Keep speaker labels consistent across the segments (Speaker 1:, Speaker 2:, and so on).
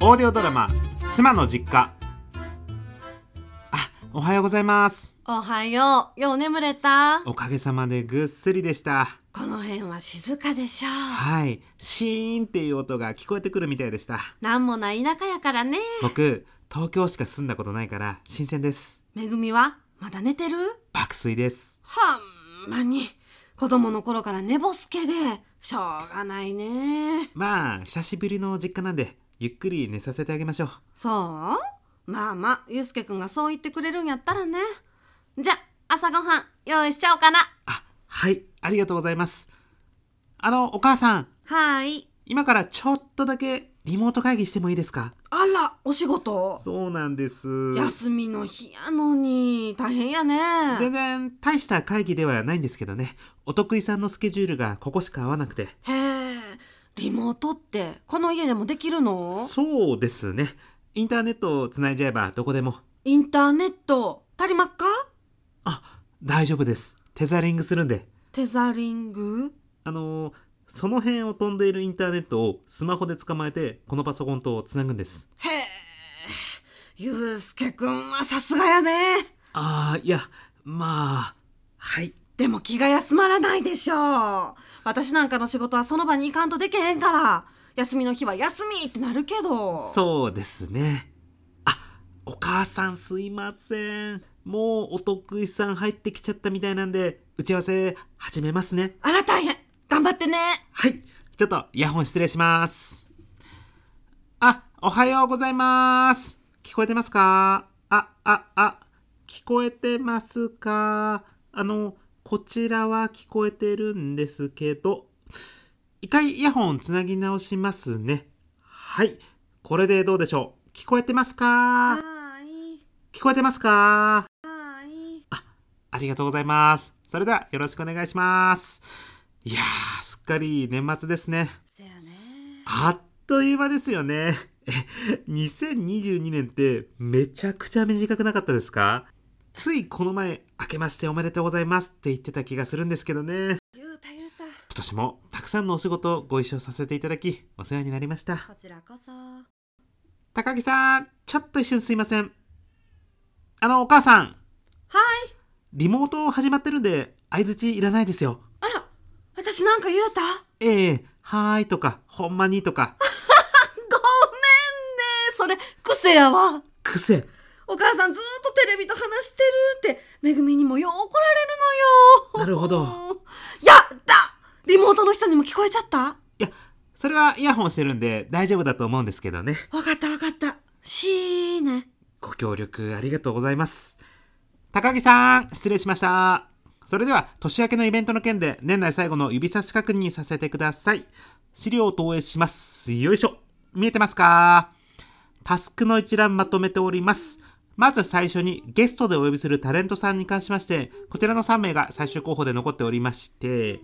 Speaker 1: オーディオドラマ妻の実家あおはようございます
Speaker 2: おはよう。よう眠れた
Speaker 1: おかげさまでぐっすりでした
Speaker 2: この辺は静かでしょう。
Speaker 1: はいシーンっていう音が聞こえてくるみたいでした
Speaker 2: なんもない田舎やからね。
Speaker 1: 僕東京しか住んだことないから新鮮です
Speaker 2: めぐみはまだ寝てる
Speaker 1: 爆睡です
Speaker 2: はんまに。子供の頃から寝ぼすけで、しょうがないね。
Speaker 1: まあ久しぶりの実家なんでゆっくり寝させてあげましょう
Speaker 2: そうまあまあ、ゆうすけくんがそう言ってくれるんやったらね。じゃ、朝ごはん用意しちゃおうかな。
Speaker 1: あはいありがとうございますあのお母さん
Speaker 2: はーい。
Speaker 1: 今からちょっとだけリモート会議してもいいですか
Speaker 2: あら、お仕事
Speaker 1: そうなんです
Speaker 2: 休みの日やのに、大変やね。
Speaker 1: 全然大した会議ではないんですけどねお得意さんのスケジュールがここしか合わなくて
Speaker 2: へえ、リモートってこの家でもできるの
Speaker 1: そうですねインターネットをつないじゃえばどこでも
Speaker 2: インターネット足りまっか
Speaker 1: あ大丈夫ですテザリングするんで
Speaker 2: テザリング
Speaker 1: あのーその辺を飛んでいるインターネットをスマホで捕まえてこのパソコンとつなぐんです
Speaker 2: へえ、ゆうすけくんはさすがやね。
Speaker 1: ああいやまあはい
Speaker 2: でも気が休まらないでしょう。私なんかの仕事はその場に行かんとできへんから、休みの日は休みってなるけど。
Speaker 1: そうですねあお母さんすいませんもうお得意さん入ってきちゃったみたいなんで打ち合わせ始めますね
Speaker 2: あら大変頑張ってね
Speaker 1: はい。ちょっと、イヤホン失礼します。あ、おはようございます。聞こえてますかあ、あ、あ、聞こえてますかあの、こちらは聞こえてるんですけど、一回イヤホンつなぎ直しますね。はい。これでどうでしょう聞こえてますか
Speaker 2: い。
Speaker 1: 聞こえてますか
Speaker 2: はい。
Speaker 1: ありがとうございます。それでは、よろしくお願いします。いやー、すっかり年末ですね。
Speaker 2: せやね。
Speaker 1: あっという間ですよね。え2022年ってめちゃくちゃ短くなかったですかついこの前、明けましておめでとうございますって言ってた気がするんですけどね。
Speaker 2: 言うた言うた。
Speaker 1: 今年もたくさんのお仕事をご一緒させていただき、お世話になりました。
Speaker 2: こちらこそ。
Speaker 1: 高木さん、ちょっと一瞬すいません。あの、お母さん、
Speaker 2: はい。
Speaker 1: リモート始まってるんで、相づちいらないですよ。
Speaker 2: あら、私なんか言うた
Speaker 1: ええはーいとか、ほんまにとか、
Speaker 2: ごめんね。それ、癖やわ。
Speaker 1: 癖。
Speaker 2: お母さんずーっとテレビと話してるって、めぐみにもよう怒られ
Speaker 1: な
Speaker 2: るのよ。
Speaker 1: るほど。
Speaker 2: やったリモートの人にも聞こえちゃった
Speaker 1: それはイヤホンしてるんで大丈夫だと思うんですけどね。
Speaker 2: わかったわかった。しーね。
Speaker 1: ご協力ありがとうございます。高木さん、失礼しました。それでは、年明けのイベントの件で、年内最後の指差し確認させてください。資料を投影します。よいしょ。見えてますかタスクの一覧まとめております。まず最初にゲストでお呼びするタレントさんに関しまして、こちらの3名が最終候補で残っておりまして、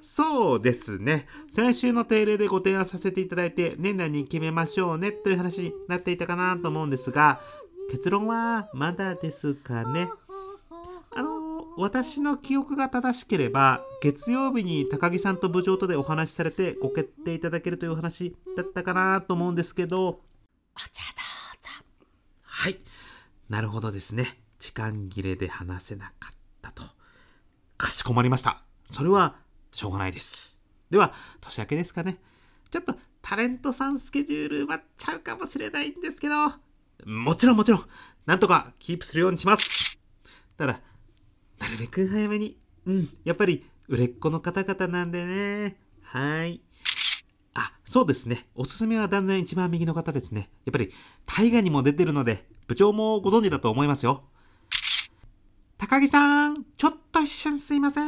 Speaker 1: そうですね。先週の定例でご提案させていただいて、年内に決めましょうねという話になっていたかなと思うんですが、結論はまだですかね。あの、私の記憶が正しければ、月曜日に高木さんと部長とでお話しされてご決定いただけるというお話だったかなと思うんですけど、
Speaker 2: お茶どうぞ。
Speaker 1: はい。なるほどですね。時間切れで話せなかったと。かしこまりました。それは、しょうがないです。では、年明けですかね。ちょっと、タレントさんスケジュール埋まっちゃうかもしれないんですけど、もちろんもちろん、なんとかキープするようにします。ただ、なるべく早めに、うん、やっぱり、売れっ子の方々なんでね。はい。あ、そうですね。おすすめは断然一番右の方ですね。やっぱり、大河にも出てるので、部長もご存知だと思いますよ。高木さん、ちょっと一瞬すいません。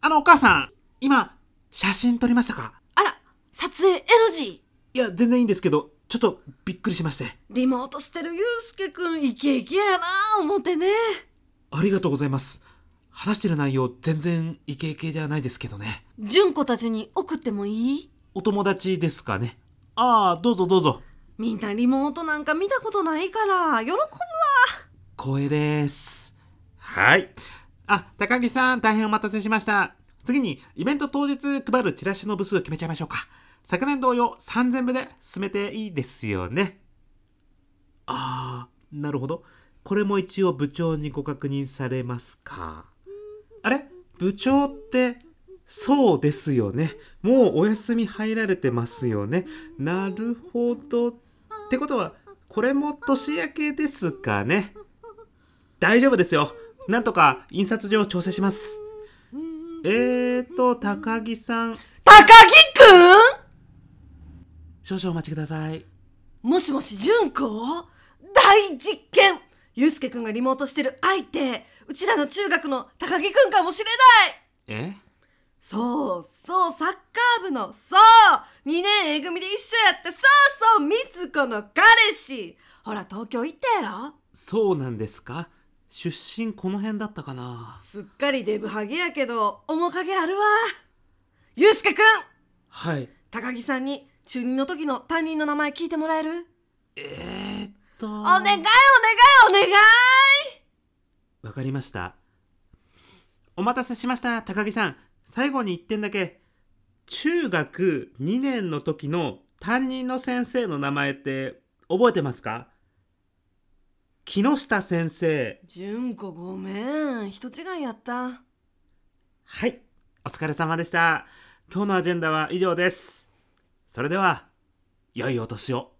Speaker 1: あの、お母さん、今、写真撮りましたか
Speaker 2: あら、撮影 NG。
Speaker 1: いや、全然いいんですけど、ちょっとびっくりしまして。
Speaker 2: リモートしてるゆうすけくん、イケイケやな思ってね。
Speaker 1: ありがとうございます。話してる内容、全然イケイケじゃないですけどね。
Speaker 2: 純子たちに送ってもいい
Speaker 1: お友達ですかね。ああ、どうぞどうぞ。
Speaker 2: みんなリモートなんか見たことないから、喜ぶわ。
Speaker 1: 光栄です。はい。あ、高木さん、大変お待たせしました。次に、イベント当日配るチラシの部数を決めちゃいましょうか。昨年同様3000部で進めていいですよねあーなるほどこれも一応部長にご確認されますかあれ部長ってそうですよねもうお休み入られてますよねなるほどってことはこれも年明けですかね大丈夫ですよなんとか印刷所を調整しますえーと高木さん
Speaker 2: 高木く
Speaker 1: 少々お待ちください
Speaker 2: んもしもし、純子大実験ゆうすけくんがリモートしてる相手、うちらの中学の高木くんかもしれない
Speaker 1: え
Speaker 2: そうそう、サッカー部の、そう2年 A 組で一緒やって、そうそう、みつこの彼氏ほら、東京行ったやろ
Speaker 1: そうなんですか出身この辺だったかな
Speaker 2: すっかりデブハゲやけど、面影あるわ。ゆうすけくん
Speaker 1: はい
Speaker 2: 高木さんに、中2の時の担任の名前聞いてもらえる
Speaker 1: えーっと
Speaker 2: お願いお願いお願い
Speaker 1: わかりました。お待たせしました、高木さん。最後に1点だけ。中学2年の時の担任の先生の名前って覚えてますか木下先生。
Speaker 2: 純子ごめん、人違いやった。
Speaker 1: はい。お疲れ様でした。今日のアジェンダは以上です。それでは、良いお年を。